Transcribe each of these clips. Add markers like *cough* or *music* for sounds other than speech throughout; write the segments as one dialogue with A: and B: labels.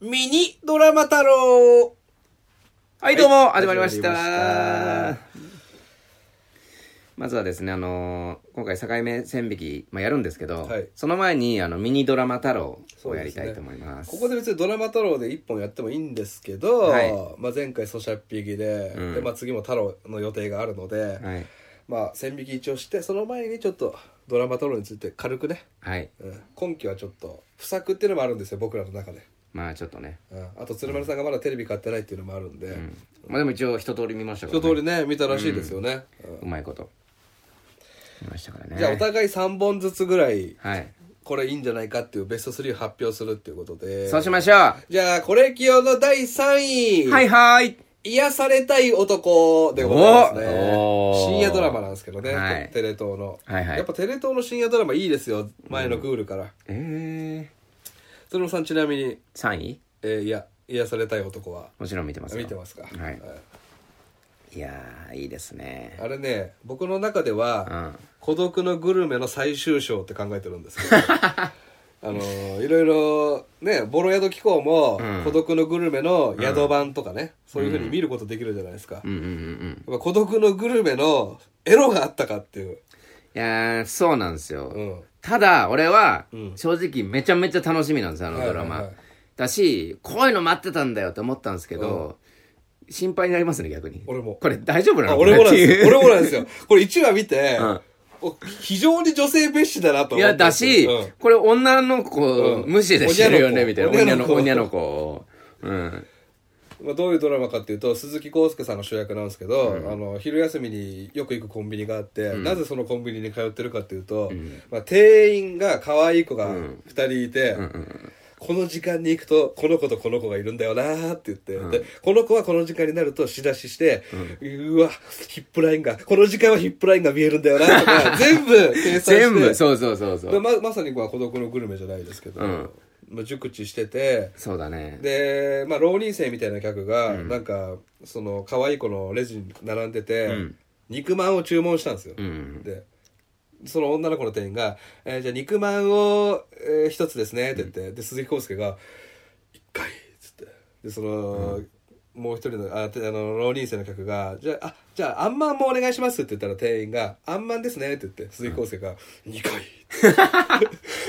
A: ミニドラマ太郎はい、どうも、
B: はい
A: 始まりました
B: 始まりまし
A: まずはですね、あのー今回境目線引き、まあ、やるんですけど、
B: はい
A: その前にあのミニドラマ太郎
B: そ
A: を
B: う
A: や
B: で
A: り
B: すね
A: たいと思います。
B: ここで別にドラマ太郎で一本やってもいいんですけど、
A: はい
B: まあ、前回ソシャッピーで,、
A: うん
B: でまあ、次も太郎の予定があるので、
A: はい。
B: まあ、線引き一応してその前にちょっとドラマ太郎について軽くね、
A: はい。
B: うん、今期はちょっと不作っていうのもあるんですよ僕らの中で、
A: まあちょっとね。
B: うん、あと鶴丸さんがまだテレビ買ってないっていうのもあるんで、
A: うん。まあでも一応一通り見ましたから、
B: 一
A: ね。
B: 通りね見たらしいですよね、うん
A: うまいこと。見ましたからね。
B: じゃあお互い3本ずつぐらい
A: はい。
B: これいいんじゃないかっていうベスト3を発表するっていうことで
A: そうしましょう。
B: じゃあこれ起用の第3位
A: はいはい。
B: 癒されたい男でございますね
A: おー
B: 深夜ドラマなんですけどね、
A: はい
B: テレ東の、
A: はいはい
B: やっぱテレ東の深夜ドラマいいですよ前のクールから、
A: え
B: 鶴野さんちなみに、
A: ー、3位
B: えーいや癒されたい男は
A: もちろん見てますよ
B: 見てますか、
A: はい。いやー、いいですね。
B: あれね僕の中で
A: う
B: は、
A: ん。
B: 孤独のグルメの最終章って考えてるんです
A: *laughs*
B: けどあのーいろいろねボロ宿機構も、
A: うん
B: 孤独のグルメの宿版とかね、そういうふうに見ることできるじゃないですか、
A: うんうんうんうん。
B: やっぱ孤独のグルメのエロがあったかっていう
A: いやー、そうなんですよ。
B: うん
A: ただ、俺は
B: うん、
A: 正直めちゃめちゃ楽しみなんですよ、あのドラ
B: はい
A: マ
B: はいはい。
A: だし、こういうの待ってたんだよって思ったんですけど、心配になりますね、逆に。
B: 俺も
A: これ大丈夫な
B: あ
A: の
B: 俺もなんですよ。
A: これ
B: 俺
A: っていう
B: もなんですよ。これ1話見て、
A: うん
B: お非常に女性蔑視だなと思っ
A: い
B: て。
A: や、だし
B: うん、
A: これ女の子
B: う、ん
A: 無視でしてるよね、みたいな。女
B: 女
A: の
B: の
A: 子、
B: 子
A: 女の子を。うん。
B: まあ、どういうドラマかっていうと、鈴木康介さんが主役なんですけど、あの、昼休みによく行くコンビニがあって、なぜそのコンビニに通ってるかっていうと、まあ、店員が可愛い子が2人いて、 *laughs* この時間に行くと、この子とこの子がいるんだよなーって言って、で、この子はこの時間になると仕出しして、うわ、ヒップラインが、この時間はヒップラインが見えるんだよなとか、
A: *laughs*
B: 全部計算して、
A: 全部、そうそうそうそ
B: で
A: う。
B: ままさにこう孤独のグルメじゃないですけど、
A: うん
B: まあ、熟知してて
A: そうだね。
B: で、まあ、浪人生みたいな客が、なんかその可愛い子のレジに並んでて、肉まんを注文したんですよ、
A: うん。
B: でその女の子の店員が「えーじゃあ肉まんをえー一、つですね」って言って、で鈴木康介が「一回」っつってでその、もう一人のあてあの浪人生の客が「じゃああじゃああんまんもお願いします」って言ったら店員が「あんまんですね」って言って鈴木康介が「二回」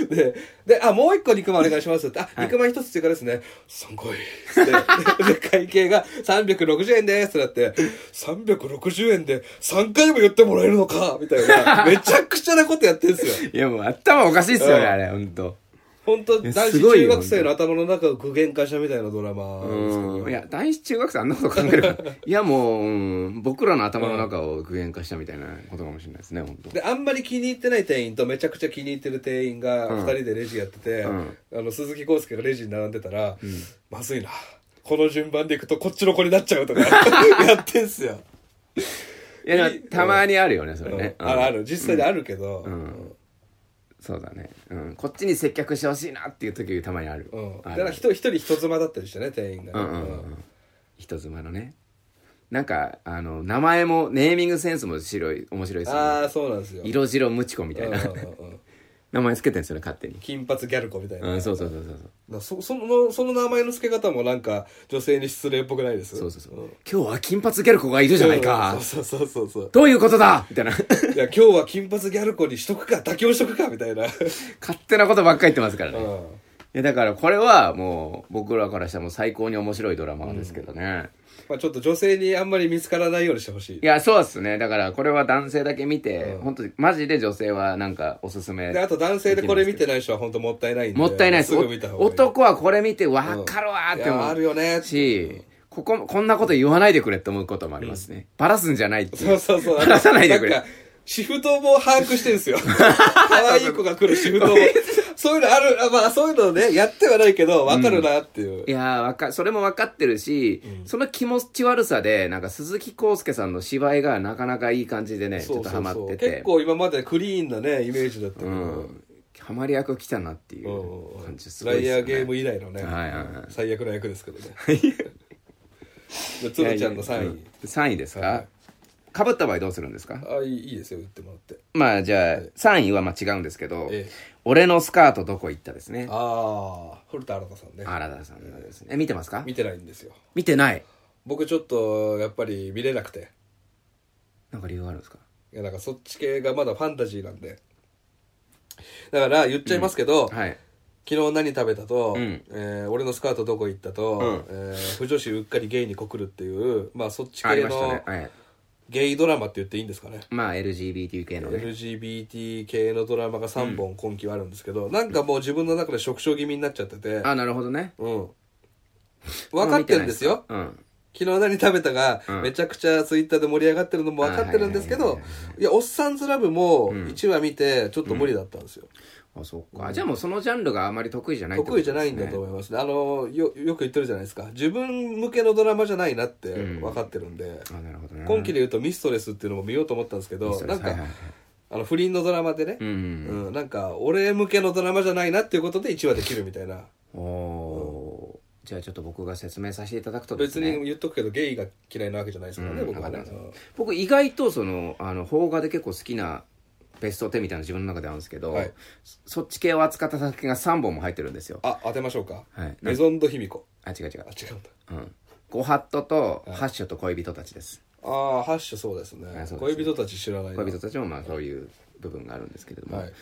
B: でであもう一個肉まんお願いします」って「あ、肉まん一つ追加ですね三回」ってでで *laughs* 会計が「360円です」ってなって「360円で3回も言ってもらえるのか」みたいなめちゃくちゃなことやってんすよ
A: いや、もう頭おかしいっす
B: う
A: よね、
B: ん
A: あれ、ほんと。
B: 本当
A: や
B: 男
A: す
B: 子
A: ごい
B: 中
A: よ
B: 学生の頭の中を具現化したみたいなドラマなんですけど
A: うんいや男子中学生あんなこと考
B: *laughs*
A: えるかいやもう、うん僕らの頭の中を具現化したみたいなことかもしれないですね本当
B: であんまり気に入ってない店員とめちゃくちゃ気に入ってる店員が
A: うん
B: 2人でレジやってて、
A: うん
B: あの鈴木康介がレジに並んでたら、まずいなこの順番でいくとこっちの子になっちゃうとか *laughs* やってんすよ、
A: いやでもたまにあるよねそれね、
B: うんあ
A: うん
B: るある実際であるけど、
A: んそうだね、うん、こっちに接客してほしいなっていう時たまにある、
B: うんだ
A: あ
B: か
A: る
B: ら一人一人人妻だったりしてね店員が、
A: うんうんうん
B: う
A: う
B: ん
A: ん人妻のねなんかあの名前もネーミングセンスも白い面白いですよ
B: あ
A: ね
B: あそうなんですよ
A: 色白ムチ子みたいな、
B: うんうんうん
A: 名前つけてんですよね勝手に
B: 金髪ギャル子みたいな、
A: うんそうそうそうそうそう
B: なそそのその名前の付け方もなんか女性に失礼っぽくないです
A: そうそうそうん今日は金髪ギャル子がいるじゃないか、
B: うんそうそうそうそう
A: どういうことだみたいな
B: いや今日は金髪ギャル子にしとくか妥協しとくかみたい
A: *laughs*
B: な、う
A: 勝手なことばっかり言ってますからね、い
B: ん、
A: やだからこれはもう僕らからしたらもう最高に面白いドラマですけどね、
B: まあちょっと女性にあんまり見つからないようにしてほしい
A: いやそうっすねだからこれは男性だけ見て、本当にマジで女性はなんかおすすめ
B: であと男性でこれ見てない人は本当もったいないんで
A: もったいないです
B: すぐ見た方が
A: お
B: いい
A: 男はこれ見て分かるわー
B: い
A: って思う、
B: やあるよね
A: しこここんなこと言わないでくれって思うこともありますね、バラすんじゃないってい
B: そううそうそう
A: 話さないでくれ
B: んかシフトも把握してんすよ
A: *laughs*
B: 可愛い子が来るシフトもそういうのあるあまあそういうのねやってはないけど分かるなっていう、
A: いやーわかそれも分かってるし、その気持ち悪さでなんか鈴木浩介さんの芝居がなかなかいい感じでね
B: そう
A: ちょっと
B: そ
A: ハ
B: う
A: マっ
B: そう
A: てて
B: 結構今までクリーンなねイメージだったけど、
A: うん、ハマり役来たなってい
B: うん
A: う感じすご
B: ラ
A: い
B: イ
A: です
B: ア
A: よ
B: ー
A: ね
B: ゲーム以来のね、
A: はいはいはい
B: 最悪な
A: *laughs*
B: 役ですけどねで鶴ちゃんの3位
A: うん、3位ですか、
B: はい
A: かぶった場合どうするんですか
B: あいいいいですよ言ってもらって
A: まあじゃあ、3位はまあ違うんですけど、
B: ええ
A: 俺のスカートどこ行ったですね。
B: ああ古田新太さんね
A: 原田さんのですね。え、見てますか
B: 見てないんですよ
A: 見てない。
B: 僕ちょっとやっぱり見れなくて
A: なんか理由があるんですか
B: いやなんかそっち系がまだファンタジーなんでだから言っちゃいますけど、
A: はい。
B: 昨日何食べたと、
A: ん
B: えー俺のスカートどこ行ったと、
A: ん
B: えー不女子うっかりゲイに告るっていう、まあ、そっち
A: あり
B: 系
A: ました
B: の
A: ね。はい。
B: ゲイドラマって言っていいんですかね
A: まあ LGBT 系のね。
B: LGBT 系のドラマが3本今期はあるんですけど、なんかもう自分の中で食傷気味になっちゃってて、
A: あ、なるほどね。
B: うん、分かってるんですよ
A: うん。
B: 昨日何食べたが、めちゃくちゃツイッターで盛り上がってるのも分かってるんですけ
A: はい
B: ど
A: はいはい
B: いや「おっさんずラブ」も1話見てちょっと無理だったんですよ、
A: あ、そっか。じゃあもうそのジャンルがあまり得意じゃない
B: 得意じゃないんだと
A: 思
B: 思いますねあのよよく言ってるじゃないですか自分向けのドラマじゃないなって分かってるんで、
A: あ、なるほどね。
B: 今期で言うと「ミストレス」っていうのも見ようと思ったんですけど
A: ストレ
B: な
A: ス
B: んか、
A: はいはいはい
B: あの不倫のドラマでね、
A: うん
B: うんなんか俺向けのドラマじゃないなっていうことで1話で切るみたいな
A: おおー。じゃあちょっと僕が説明させていただくとで
B: 別
A: すね。
B: に言っとくけどゲイが嫌いなわけじゃないですからね、僕はね、うん
A: 僕意外とそのあの邦画で結構好きなベスト10みたいなの自分の中であるんですけど、
B: はい
A: そそっち系を扱った作品が3本も入ってるんですよ
B: あ当てましょうか、
A: はい
B: メゾンド卑弥呼
A: あ違う違う
B: あ違うんだ
A: うんゴハットとハッシュと恋人たちです、
B: ああハッシュそうですね
A: いそうです
B: 恋人たち知らないな
A: 恋人たちもまあそういう部分があるんですけれども、
B: はい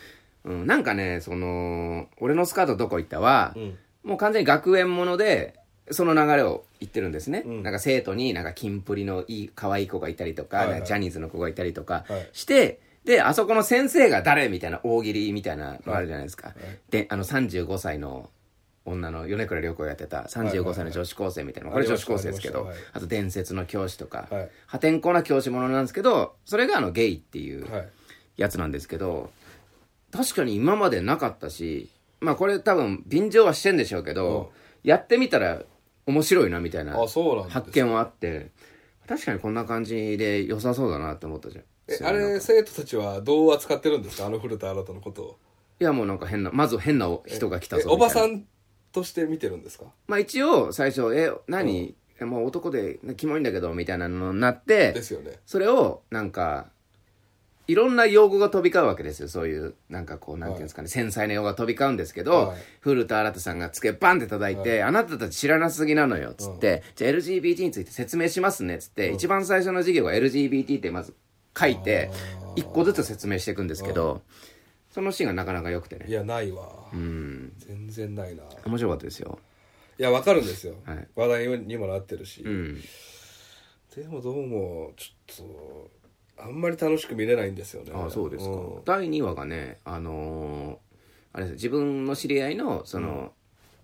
A: うん、なんかねその「俺のスカートどこ行ったは」
B: うん
A: もう完全に学園ものでその流れを言ってるんですね、
B: ん
A: なんか生徒になんかキンプリのいい可愛い子がいたりとか,、
B: はいはい
A: ジャニーズの子がいたりとか
B: はい
A: して、であそこの先生が誰みたいな大喜利みたいなのあるじゃないですか、であの35歳の女の米倉涼子がやってた35歳の女子高生みたいな、
B: はいはい
A: これ女子高生ですけ
B: あ
A: ど
B: り
A: あ,、
B: ました
A: と伝説の教師とか、
B: はい
A: 破天荒な教師ものなんですけどそれがあのゲイっていう、
B: はい
A: やつなんですけど確かに今までなかったしまあこれ多分便乗はしてんでしょうけど、やってみたら面白いなみたいな
B: あそうなんです
A: 発見はあって確かにこんな感じで良さそうだなって思ったじゃん
B: えあれ生徒たちはどう扱ってるんですかあの古田新太のことを
A: いやもうなんか変なまず変な人が来た
B: え
A: ぞ
B: お
A: みたい
B: ば
A: な
B: さんとして見てるんですか
A: まあ一応最初「え何、もう男でキモいんだけど」みたいなのになって
B: ですよね
A: それをなんかいろんな用語が飛び交うわけですよそういうなんかこうなんていうんですかね、繊細な用語が飛び交うんですけど、
B: はい
A: 古田新太さんが机バンって叩いて、あなたたち知らなすぎなのよ」っつって、じゃあ LGBT について説明しますね」っつって、一番最初の授業が LGBT ってまず書いて一個ずつ説明していくんですけど、そのシーンがなかなか良くて
B: い
A: ね
B: やないわ全然ないない
A: 面白かったですよ
B: やわかるんですよ、
A: はい
B: 話題にもなってるし、
A: うん
B: でもどうもちょっとあんまり楽しく見れないんですよね
A: あそうですか、
B: ん
A: 第2話がねあのーあれです自分の知り合いのその、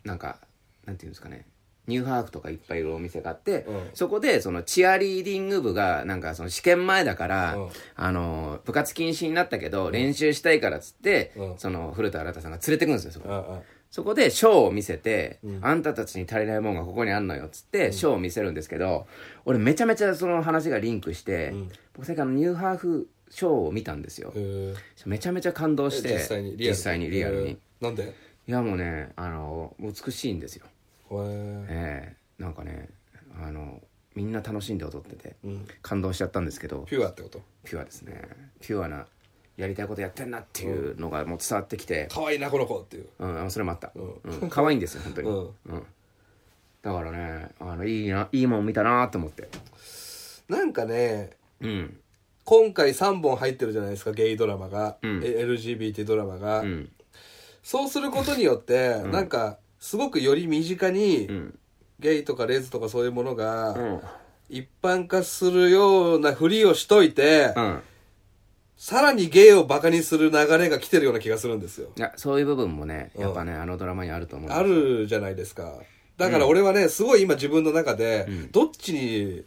A: なんかなんていうんですかねニューハーフとかいっぱいいるお店があって、
B: うん
A: そこでそのチアリーディング部がなんかその試験前だから、
B: うん
A: あのー部活禁止になったけど練習したいからっつって、
B: うん
A: その古田新太さんが連れてくんですよそこ
B: ああ
A: そこでショーを見せて、あんたたちに足りないもんがここにあんのよっつって、ショーを見せるんですけど、俺めちゃめちゃその話がリンクして、僕最近あのニューハーフショーを見たんですよ
B: へ。ー
A: めちゃめちゃ感動して、
B: 実際にリアル
A: 実際にリアル
B: へ
A: に
B: ーなんでへ
A: いやもうね、あの、美しいんですよ。
B: ー
A: ええなんかね、あの、みんな楽しんで踊ってて、
B: うん
A: 感動しちゃったんですけど、
B: ピュアってこと
A: ピュアですね。ピュアな、やりたいことやってんなっていうのがもう伝わってきて、
B: 可愛いなこの子っていう
A: うん、あのそれもあった、
B: う
A: うん可愛いんですよ本当
B: う
A: に、うんんだからねあのいいないいもん見たなと思って
B: なんかね
A: うん
B: 今回3本入ってるじゃないですかゲイドラマが、え LGBT ドラマが、
A: うん
B: そうすることによって、なんかすごくより身近に、
A: ん
B: ゲイとかレズとかそういうものが、
A: うん
B: 一般化するようなふりをしといて、
A: うん
B: さらにゲイをバカにする流れが来てるような気がするんですよ。
A: いやそういう部分もねやっぱね、あのドラマにあると思う
B: あるじゃないですか。だから俺はね、すごい今自分の中で、どっちに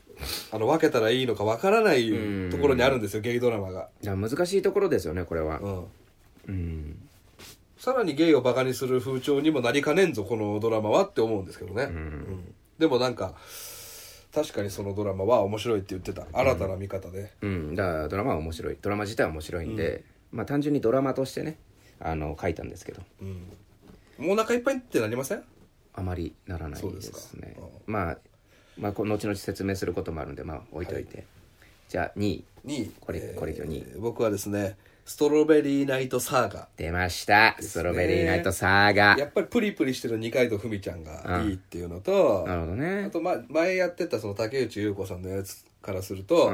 B: あの分けたらいいのかわからないところにあるんですよ、ゲイドラマが。
A: いや難しいところですよねこれは
B: うん。
A: うん、
B: さらにゲイをバカにする風潮にもなりかねんぞ、このドラマはって思うんですけどね。うんでもなんか、確かにそのドラマは面白いって言ってた。新たな見方で。
A: うん、だからドラマは面白いドラマ自体は面白いんで、まあ単純にドラマとしてねあの書いたんですけど
B: もうお腹いっぱいってなりません
A: あまりならない
B: そう
A: で
B: ですか
A: すねまあまあこう後々説明することもあるんでまあ置いといて、じゃあ2位
B: 2位
A: これこれ今日2位
B: えー僕はですねストロベリーナイトサーガ
A: 出ました、ストロベリーナイトサーガ
B: やっぱりプリプリしてる二階堂ふみちゃんがいいっていうのと、
A: なるほどね
B: あと、ま、前やってたその竹内優子さんのやつからすると、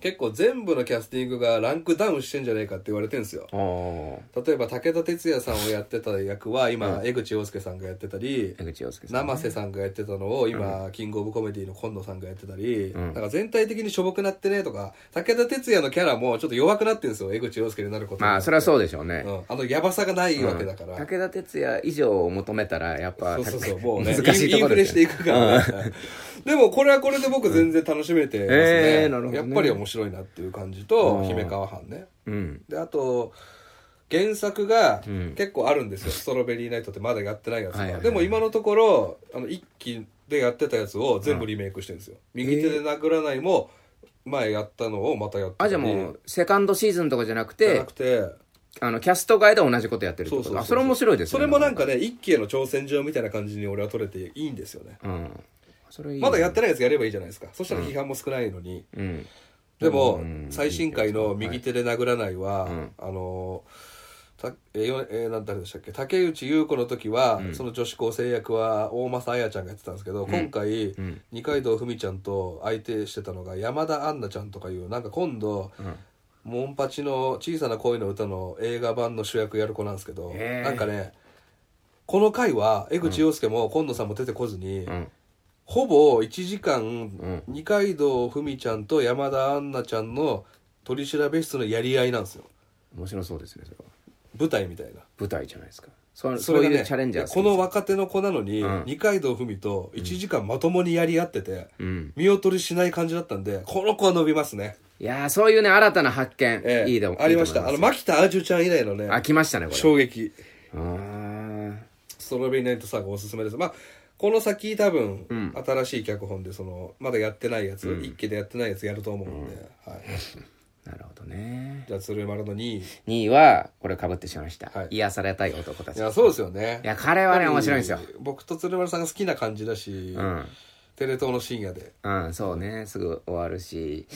B: 結構全部のキャスティングがランクダウンしてんじゃねえかって言われてるんですよ
A: おー
B: 例えば武田鉄矢さんをやってた役は今江口洋介さんがやってたり、
A: 江口洋介さん
B: 生瀬さんがやってたのを今、キングオブコメディの今野さんがやってたり、なんか全体的にしょぼくなってねとか武田鉄矢のキャラもちょっと弱くなってるんですよ江口洋介になることに
A: まあそれはそうでしょうね、
B: うん、あのやばさがないわけだから、
A: 武田鉄矢以上を求めたらやっぱ
B: そうそうそうもうね
A: 難しいところです
B: イ
A: よ
B: ンインフレしていくからね、でもこれはこれで僕全然楽しめてますね,、
A: えーなるほどね
B: やっぱり面白いなっていう感じと、
A: うん
B: 姫川藩ね
A: うん
B: であと原作が結構あるん
A: *laughs*
B: ですよ、ストロベリーナイトってまだやってないやつが、
A: はいはいはい
B: でも今のところあの一期でやってたやつを全部リメイクしてるんですよ、右手で殴らないも前やったのをまたやってた
A: あ
B: り
A: じゃあもうセカンドシーズンとかじゃなく
B: じゃ
A: て
B: なくて
A: あのキャスト外で同じことやってるって
B: そ
A: こ
B: う
A: と
B: そうう
A: あそれ面白いです
B: そ
A: ね
B: れもなんかね一期への挑戦状みたいな感じに俺は取れていいんですよね
A: うんそれいいね
B: まだやってないやつやればいいじゃないですかそしたら批判も少ないのに、
A: うん
B: でも、最新回の「右手で殴らないは」あのたえーよえーなん誰でしたっけ竹内優子の時は、その女子高生役は大政彩ちゃんがやってたんですけど、今回、二階堂ふみちゃんと相手してたのが山田杏奈ちゃんとかいうなんか今度、モンパチの「小さな恋の歌」の映画版の主役やる子なんですけど、
A: へー
B: なんかねこの回は江口洋介も今野さんも出てこずに、
A: ん
B: ほぼ1時間、二階堂ふみちゃんと山田杏奈ちゃんの取り調べ室のやり合いなんですよ
A: 面白そうですねそれは
B: 舞台みたいな
A: 舞台じゃないですかそ
B: そ
A: そ
B: れ
A: う
B: が
A: いう
B: ね
A: チャレンジャー好き
B: この若手の子なのに、二階堂ふみと1時間まともにやり合ってて、見劣りしない感じだったんでこの子は伸びますね、
A: いやーそういうね新たな発見、
B: ええ
A: いいでも
B: ありました
A: いい
B: あ
A: と
B: の
A: 思い
B: 牧田あじゅちゃん以来のね
A: ますあ来ましたねこれ
B: 衝撃
A: あー
B: ストロベリーナイトサーがおすすめですまあこの先多分、新しい脚本でそのまだやってないやつ、一期でやってないやつやると思うんで、はい、
A: なるほどね
B: じゃあ鶴丸の2位
A: 2位はこれかぶってしまいました、
B: はい
A: 癒されたい男た
B: い
A: ちい
B: やそうですよね
A: や彼はね面白いんですよ
B: 僕と鶴丸さんが好きな感じだし、
A: ん
B: テレ東の深夜で
A: うんそうねすぐ終わるし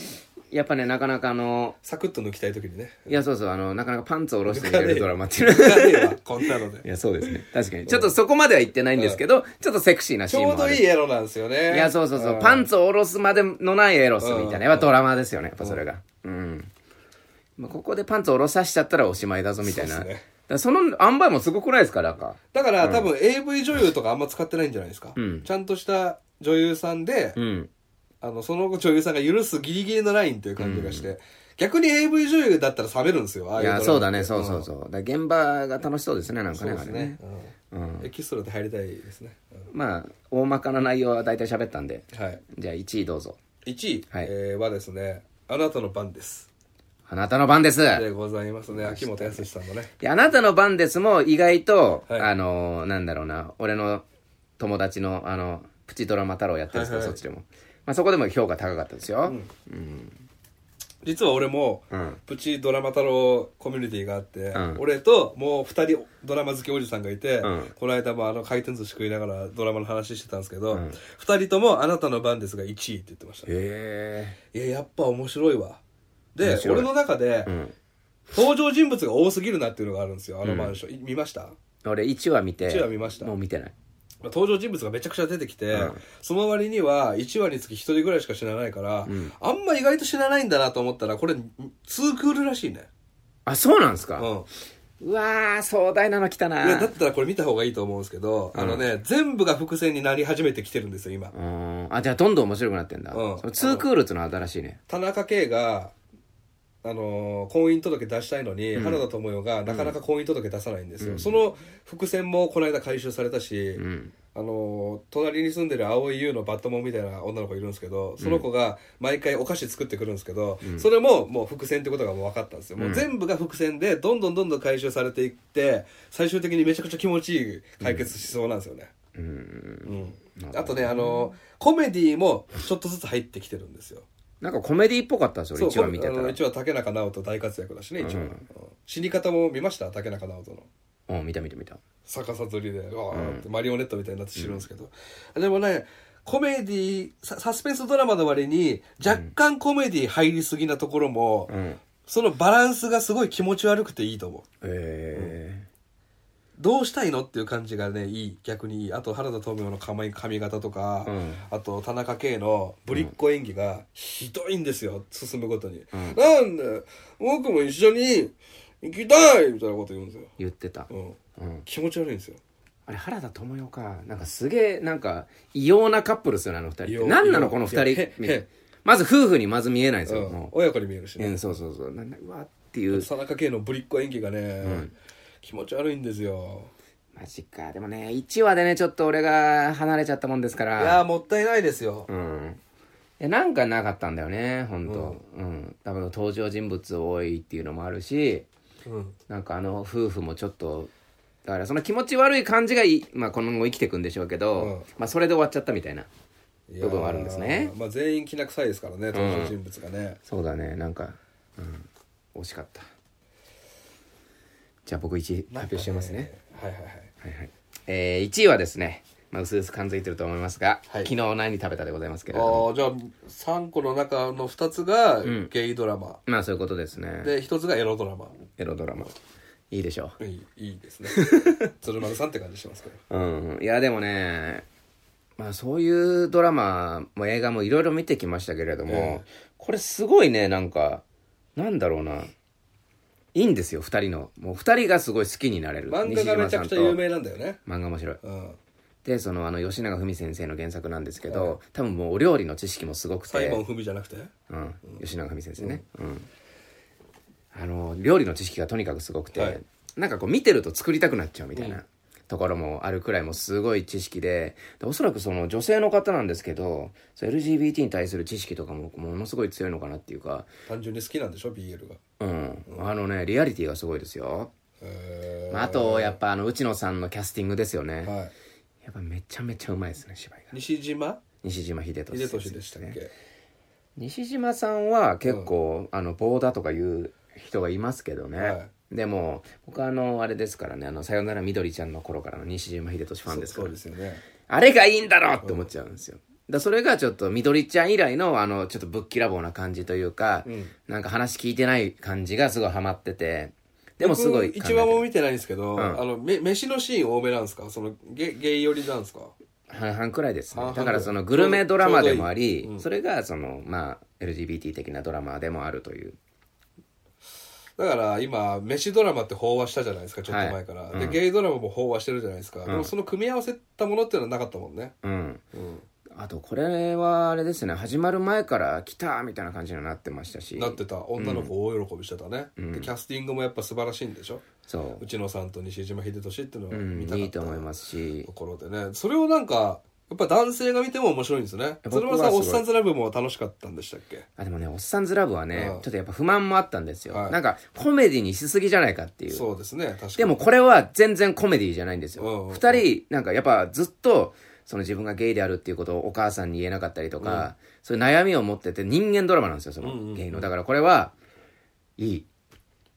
A: やっぱねなかなかあの
B: サクッと抜きたい時に
A: *laughs*
B: ね
A: いやそうそうあのなかなかパンツを下ろして見れるドラマっていう
B: 抜
A: の
B: かねえわこんなの
A: *laughs* い
B: で
A: やそうですね確かにちょっとそこまでは言ってないんですけど、ちょっとセクシーな
B: ち
A: シーンも
B: ょ
A: あ
B: う
A: る
B: どいいエロなんですよね
A: いや、そうそうそう。
B: ん
A: パンツを下ろすまでのないエロスみたいな。
B: うん
A: やっぱドラマですよね、やっぱそれが。うん。まあ、ここでパンツを下ろさしちゃったらおしまいだぞみたいな。
B: そう
A: だ
B: っすね
A: からその塩梅もすごくないですか、なんか。
B: だから、多分 AV 女優とかあんま使ってないんじゃないですか、ちゃんとした女優さんで、
A: うん。
B: あのその女優さんが許すギリギリのラインっていう感じがして、逆に AV 女優だったら冷めるんですよああいう
A: い
B: ドラマ
A: や、
B: って
A: そうだね、そうそうそう。だから現場が楽しそうですね、なんか
B: そう
A: ね、
B: で
A: あ
B: す
A: れ
B: ね
A: ね。、
B: うんエキストラで入りたいですね、う
A: まあ、大まかな内容は大体喋ったんで。
B: んはい
A: じゃあ1位どうぞ。
B: 1位、
A: はい
B: えーはですね「あなたの番です
A: あなたの番です。」
B: でございますね秋元康さんのね
A: であなたの番ですも意外と、
B: はい
A: あのーなんだろうな、俺の友達の、あの、プチドラマ太郎やってるんですけど、
B: はいはい
A: そっちでも。まあ、そこでも評価高かったですよ。
B: 実は俺も、
A: ん
B: プチドラマ太郎コミュニティがあって、
A: ん
B: 俺ともう2人ドラマ好きおじさんがいて、
A: ん
B: この間もあの回転寿司食いながらドラマの話してたんですけど、二2人とも「あなたの番です」が1位って言ってました、
A: へ
B: いややっぱ面白いわで
A: 面白い
B: 俺の中で、登場人物が多すぎるなっていうのがあるんですよあのマンション、い見ました
A: え俺1話見て
B: 一話見ました
A: もう見てない
B: まあ登場人物がめちゃくちゃ出てきて、その割には1話につき1人ぐらいしか死なないから、あんま意外と死なないんだなと思ったらこれ2クールらしいね
A: あそうなんです
B: う
A: か、
B: ん
A: うわー壮大なの来たない
B: やだったらこれ見た方がいいと思うんですけど、あのね全部が伏線になり始めてきてるんですよ今
A: うーんあじゃあどんどん面白くなってんだ、
B: うん
A: そのツークールっていうのは新しいね
B: 田中圭があのー婚姻届出したいのに、原田知世がなかなか婚姻届出さないんですよ、その伏線もこの間回収されたし、あのー隣に住んでる蒼井優のバットモンみたいな女の子いるんですけどその子が毎回お菓子作ってくるんですけど、それももう伏線ってことがもう分かったんですよ、もう全部が伏線でどんどんどんどん回収されていって最終的にめちゃくちゃ気持ちいい解決しそうなんですよね、うんあとねあのーコメディもちょっとずつ入ってきてるんですよ
A: なんかコメディっぽかったんですよ俺1話見てた
B: あの
A: ら
B: 一話竹中直人大活躍だしね一話、うん死に方も見ました竹中直人の
A: うん見た見た見た
B: 逆さ釣りでわーってマリオネットみたいになって死ぬんですけど、でもねコメディササスペンスドラマの割に若干コメディ入りすぎなところも、
A: うん
B: そのバランスがすごい気持ち悪くていいと思う
A: え
B: どうしたいのっていう感じがねいい逆にいいあと原田知世の構え髪型とか、
A: うん
B: あと田中圭のぶりっ子演技がひどいんですよ進むごとに、なんで僕も一緒に行きたいみたいなこと言うんですよ、
A: 言ってた、
B: うん、
A: うん、
B: 気持ち悪いんですよ
A: あれ原田知世かなんかすげえなんか異様なカップルですよねあの二人っ
B: 異
A: て
B: 様
A: 何なのこ
B: い
A: の
B: や
A: 二人
B: へ
A: みたいな
B: へ
A: まず夫婦にまず見えないんです
B: う
A: よ、
B: ん
A: も、う
B: 親子に見えるし
A: う
B: ね
A: んそうそうそうなんだうわっていう
B: 田中圭のぶりっ子演技がね、気持ち悪いんですよ
A: マジかでもね1話でねちょっと俺が離れちゃったもんですか
B: い
A: ら
B: やーもったいないですよ、
A: うんえなんかなかったんだよね本当うん、多分登場人物多いっていうのもあるし
B: うん
A: なんかあの夫婦もちょっとだからその気持ち悪い感じがいい、まあ、この後生きていくんでしょうけど、
B: うん
A: まあそれで終わっちゃったみたいない
B: やー
A: 部分はあるんですね
B: まあ、全員きな臭いですからね登場人物がね、
A: そうだねなんか、うん、惜しかったじゃあ僕1位発表しますね
B: はいはいはい
A: はいはいえー、1位はですねまあ薄々感づいてると思いますが、
B: はい
A: 昨日何食べたでございますけれども
B: ああじゃあ3個の中の2つがゲイドラマ、
A: まあそういうことですね
B: で1つがエロドラマ
A: エロドラマいいでしょう
B: いいいいです
A: *laughs*
B: ね鶴丸さんって感じしてますけど
A: うん、いやでもね、まあ、そういうドラマも映画もいろいろ見てきましたけれども、これすごいねなんかなんだろうないいんですよ2人のもう2人がすごい好きになれる
B: 漫画がめちゃくちゃ有名なんだよね
A: 漫画面白い
B: うん
A: でそのあの吉永文先生の原作なんですけど、多分もうお料理の知識もすごくて
B: サイモン・フミじゃなくて
A: うん、吉永文先生ね、うんあの料理の知識がとにかくすごくて、
B: はい
A: なんかこう見てると作りたくなっちゃうみたいなところもあるくらいもうすごい知識ででおそらくその女性の方なんですけどそう LGBT に対する知識とかもものすごい強いのかなっていうか、
B: 単純に好きなんでしょ BL が
A: うん、あのねリアリティがすごいですよ、
B: え
A: まあ、あとやっぱあの内野さんのキャスティングですよ
B: ー
A: ね、
B: はい
A: やっぱめちゃめちゃうまいですね芝居が
B: 西島
A: 西島秀俊
B: 秀
A: 先生
B: 俊でしたっけ、
A: 西島さんは結構、あの棒だとかいう人がいますけどね、
B: は
A: でも僕はあのあれですからね「あのさよならみどりちゃん」の頃からの西島秀俊ファンです
B: そ
A: か
B: う
A: ら
B: ですよね
A: あれがいいんだろうって思っちゃうんですよ、だそれがちょっとみどりちゃん以来のあのちょっとぶっきらぼうな感じというか、なんか話聞いてない感じがすごいハマっててでもすごい
B: 僕一話も見てないんですけど、
A: ん
B: あのめ飯のシーン多めなんですかそのゲゲイ寄りなんですか
A: 半々くらいです
B: 半
A: ね
B: 々
A: だからその
B: ぐ
A: グ
B: らい
A: ルメドラマでもあり、それがそのまあ LGBT 的なドラマでもあるという
B: だから今飯ドラマって飽和したじゃないですかちょっと前から、でゲイドラマも飽和してるじゃないですか、でもその組み合わせたものっていうのはなかったもんね
A: うん、あとこれはあれですね始まる前から来たみたいな感じになってましたし
B: なってた女の子大喜びしてたね、でキャスティングもやっぱ素晴らしいんでしょ
A: そう
B: 内野さんと西島秀俊っていうのが
A: うん
B: 見た
A: いいと
B: かっ
A: 思います
B: た
A: し
B: ところでね、それをなんかやっぱ男性が見ても面白いんですね
A: 僕は
B: 鶴丸さん「
A: す
B: お
A: ご
B: っ
A: い
B: さんずラブ」も楽しかったんでしたっけ
A: あでもね「おっさんずラブ」はね
B: うん
A: ちょっとやっぱ不満もあったんですよ、
B: はい
A: なんかコメディにしすぎじゃないかっていう
B: そうですね確かに
A: でもこれは全然コメディじゃないんです
B: うんうん
A: よ
B: うん
A: 二人なんかやっぱずっとその自分がゲイであるっていうことをお母さんに言えなかったりとか、そういう悩みを持ってて人間ドラマなんですよそのゲイの、だからこれはいい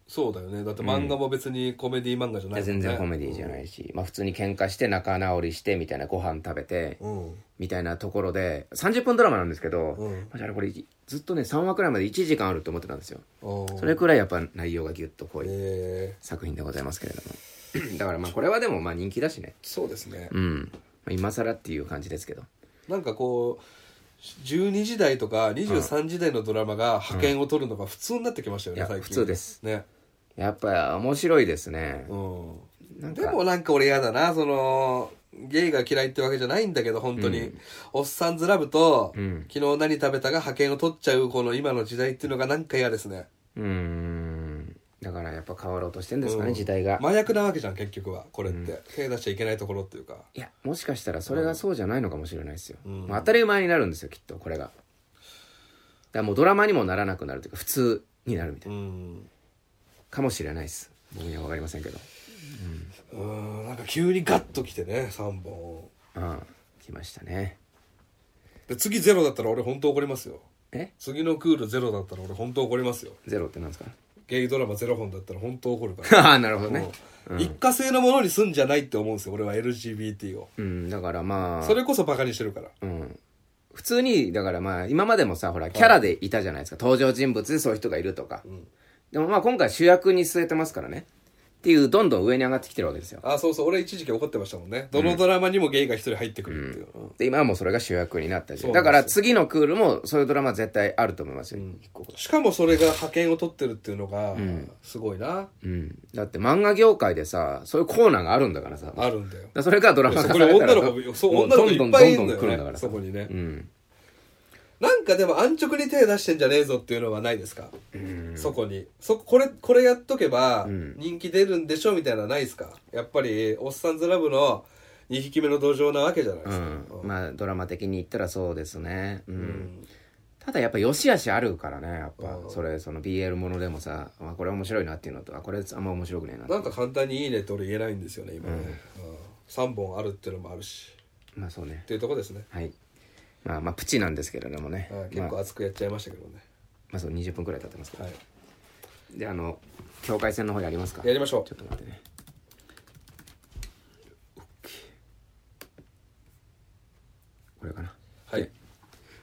B: そうだよねだって漫画も別にコメディ漫画じゃないもんね、
A: 全然コメディじゃないし、まあ普通に喧嘩して仲直りしてみたいなご飯食べて
B: うん
A: みたいなところで30分ドラマなんですけど、マジあれこれずっとね3話くらいまで1時間あると思ってたんですよ
B: うん
A: それくらいやっぱ内容がギュッと濃い
B: え
A: 作品でございますけれども *clears throat* だからまあこれはでもまあ人気だしね
B: ーそうですね
A: うん、まあ、今更っていう感じですけど
B: なんかこう12時代とか23時代のドラマが覇権を取るのが普通になってきましたよね、
A: いや
B: 最近
A: 普通です
B: ね
A: やっぱ面白いですね
B: うん
A: ん
B: でもなんか俺嫌だなそのゲイが嫌いってわけじゃないんだけど本当に、おっさんずラブと、昨日何食べたが覇権を取っちゃうこの今の時代っていうのがなんか嫌ですね
A: うーんだからやっぱ変わろうとしてんですかね、時代が、
B: 麻薬なわけじゃん結局はこれって、手出しちゃいけないところっていうか
A: いやもしかしたらそれがそうじゃないのかもしれないですよ、もう当たり前になるんですよきっとこれがだからもうドラマにもならなくなるというか普通になるみたいうなんかもしれないです僕には分かりませんけど
B: うんなんか急にガッときてね3本
A: うん来ましたね
B: で次ゼロだったら俺本当怒りますよ
A: え
B: 次のクールゼロだったら俺本当怒りますよ
A: ゼロってなんですか *laughs*
B: ゲイドラマゼロ本だったら本当怒るから
A: ああなるほどね
B: もう一過性のものにすんじゃないって思うんですよ俺は LGBT を
A: うんだからまあ
B: それこそバカにしてるから
A: うん普通に、だからまあ、今までもさ、ほら、キャラでいたじゃないですか。登場人物でそういう人がいるとか。でもまあ、今回主役に据えてますからね。っていう、どんどん上に上がってきてるわけですよ。
B: あそうそう俺一時期怒ってましたもんねどのドラマにもゲイが一人入ってくるっていう、うん
A: で、今はもうそれが主役になったし。
B: う
A: だから次のクールも、そういうドラマ絶対あると思いますよ。一個
B: しかもそれが派遣を取ってるっていうのがすごいな、
A: うん。だって漫画業界でさ、そういうコーナーがあるんだからさ。だか
B: あるんだよ
A: らそれがドラマ
B: そ
A: 化
B: こ
A: さ
B: に
A: れた
B: 女
A: ら
B: の
A: もう
B: 子そう
A: どん
B: 女の
A: どん
B: 子
A: ど
B: い
A: ん
B: っぱいいるんだ
A: どん来るんだ
B: よ
A: か
B: ね
A: ら
B: そ
A: さ。
B: こにね、
A: うん。
B: なんかでも安直に手出してんじゃねえぞっていうのはないですか、そこにそこれこれやっとけば人気出るんでしょみたいなのないですかやっぱり「おっさんずラブ」の2匹目の土壌なわけじゃないで
A: う
B: すか、
A: ん。まあ、ドラマ的に言ったらそうですね。うん。ただやっぱ良し悪しあるからね、やっぱ。それ、その BL ものでもさ、あこれ面白いなっていうのと、あこれあんま面白くねえなって
B: なんか簡単に「いいね」って俺言えないんですよね今ね、3本あるっていうのもあるし
A: まあそうね
B: っ。ていうとこですね、
A: はい。まあまあ、プチなんですけれどもね。
B: はい
A: ま
B: 結
A: あ
B: 構、熱くやっちゃいましたけどね、
A: まあそう、20分くらい経ってますけど。
B: はい、
A: で、あの、境界線の方やりますか
B: やりましょ
A: ちょっと待ってね。これかな。
B: うはい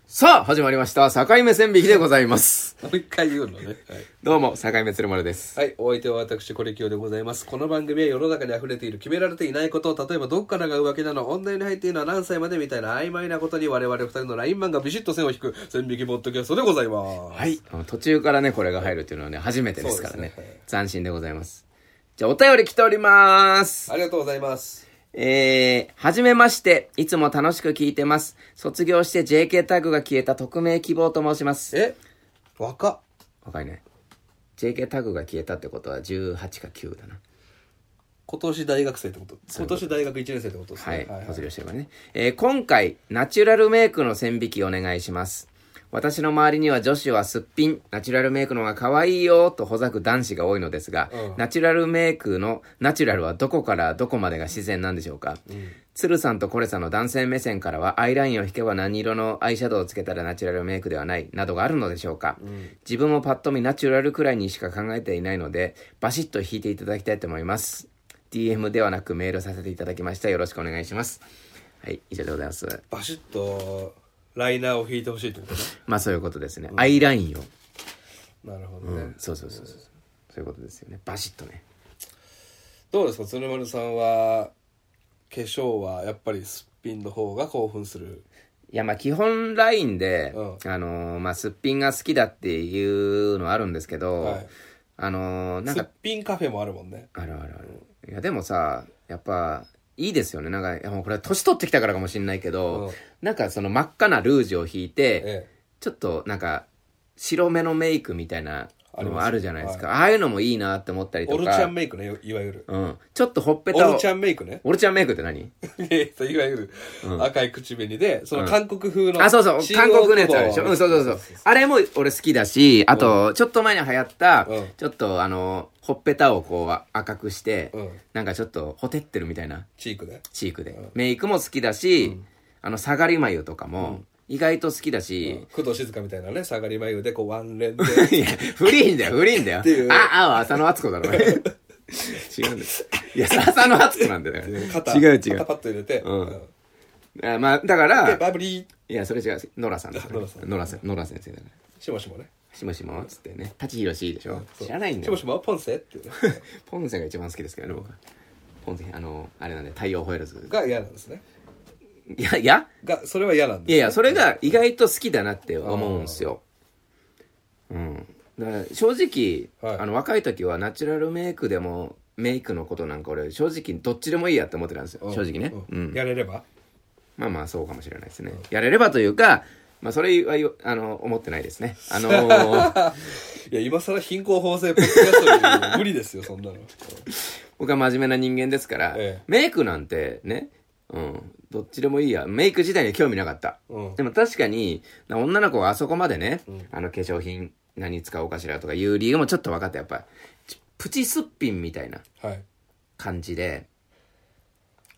A: さあ、始まりました。境目線引きでございます。
B: もう一回言うのねはい
A: どうも、境目鶴丸です。
B: はい、お相手は私、コレキヨでございます。この番組は世の中に溢れている決められていないこと、例えばどっからが浮気なの、女に入っているのは何歳までみたいな曖昧なことに我々二人のラインマンがビシッと線を引く、線引きボットキャストでございます。
A: はい。あの途中からね、これが入るっていうのはね、初めてですからね。
B: そうですね
A: 斬新でございます。じゃあ、お便り来ております。
B: ありがとうございます。
A: えー、はじめまして。いつも楽しく聞いてます。卒業して JK タグが消えた匿名希望と申します。
B: え若っ
A: 若いね。JK タグが消えたってことは18か9だな。
B: 今年大学生ってこと今年大学1年生ってことです
A: は
B: ね
A: い。。卒業してるからね。えー今回、ナチュラルメイクの線引きお願いします。私の周りには女子はすっぴん、ナチュラルメイクの方が可愛いよとほざく男子が多いのですが、ナチュラルメイクのナチュラルはどこからどこまでが自然なんでしょうか、鶴さんとコレさんの男性目線からはアイラインを引けば何色のアイシャドウをつけたらナチュラルメイクではないなどがあるのでしょうか、自分もパッと見ナチュラルくらいにしか考えていないので、バシッと引いていただきたいと思います。DM ではなくメールさせていただきました。よろしくお願いします。はい、以上でございます。
B: バシッと、ライナーを引いてほしいってことね。
A: まあそういうことですね。アイラインを。
B: *laughs* なるほどね。
A: そうそうそうそう。そういうことですよね。バシッとね。
B: どうですか鶴丸さんは、化粧はやっぱりすっぴんの方が興奮する。
A: いやまあ基本ラインで、
B: う
A: あのーまあすっぴんが好きだっていうのはあるんですけど、
B: はい
A: あのーなん
B: すっ
A: か、
B: ぴんカフェもあるもんね。
A: あるあるある。いやでもさ、やっぱ、いいですよね。なんか、いやもうこれは年取ってきたからかもしれないけど、
B: うん
A: なんかその真っ赤なルージュを引いて、
B: ええ。
A: ちょっとなんか白目のメイクみたいなのもあるじゃないですか。ああいうのもいいなって思ったり
B: オ
A: と
B: ルチャ
A: か
B: ン。メイクね、いわゆる。
A: うん。ちょっとほっぺ
B: オ
A: たを
B: ルチ。ャンメイクね。
A: オルチャンメイクって何
B: *laughs* えっと、いわゆる赤い口紅で、その韓国風の。
A: あ、そうそう。
B: 中
A: 韓
B: 国
A: 国のやつあるでしょ。うん、そうそうそう。あれも俺好きだし、あと、ちょっと前に流行った
B: うん、
A: ちょっとあの、ほっぺたをこう赤くして
B: うん、
A: なんかちょっとほてってるみたいな
B: チークで。
A: チークで。メイクも好きだし、あの、下がり眉とかも、意外と好きだし、
B: 工藤静香みたいなね、下がり眉で、こう、ワンレンで。
A: *laughs* いや、フリーんだよ、フリーんだよ。
B: いう
A: あ、あは浅野敦子だろ、 *laughs* お前違うんだよ。いや、浅野敦子なんだよ。
B: 肩、
A: 違う違
B: 肩
A: う
B: パッと入れて。
A: うん
B: うん
A: あ。まあ、だか
B: で、
A: ら、
B: バブリー、
A: いや、それ違う。ノラさんだから
B: ノラさん
A: ノラせノラ先生だね。
B: しもしもね。
A: しもしもっつってね。舘ひろしでしょ。知らないんだ
B: しも
A: よ
B: し。もはポンセっていうね。 *laughs*
A: ポンセが一番好きですけどね、僕は。ポンセ、あの、あれなんで、太陽ホエールズ。
B: が嫌なんですね。
A: いや、いや
B: が、それは嫌なん
A: い
B: で
A: やいや、それが意外と好きだなって思うんですよ。うん。だから正直、
B: はい
A: あの若い時はナチュラルメイクでもメイクのことなんか俺正直どっちでもいいやって思ってたんですよ。
B: す。
A: 正直ね。う
B: うん
A: ん。
B: やれれば
A: まあまあそうかもしれないですね。やれればというか、まあそれはよあの思ってないですね。あのー
B: いや、今更貧困法制ポッドキャストよりも無理ですよ、そんなの。
A: 僕は真面目な人間ですから、
B: ええ
A: メイクなんてね、うん、どっちでもいいや。メイク自体に興味なかった。
B: うん
A: でも確かに、な女の子はあそこまでね、あの化粧品何使おうかしらとかいう理由もちょっと分かった。やっぱり、ちプチすっぴんみたいな
B: はい。
A: 感じで、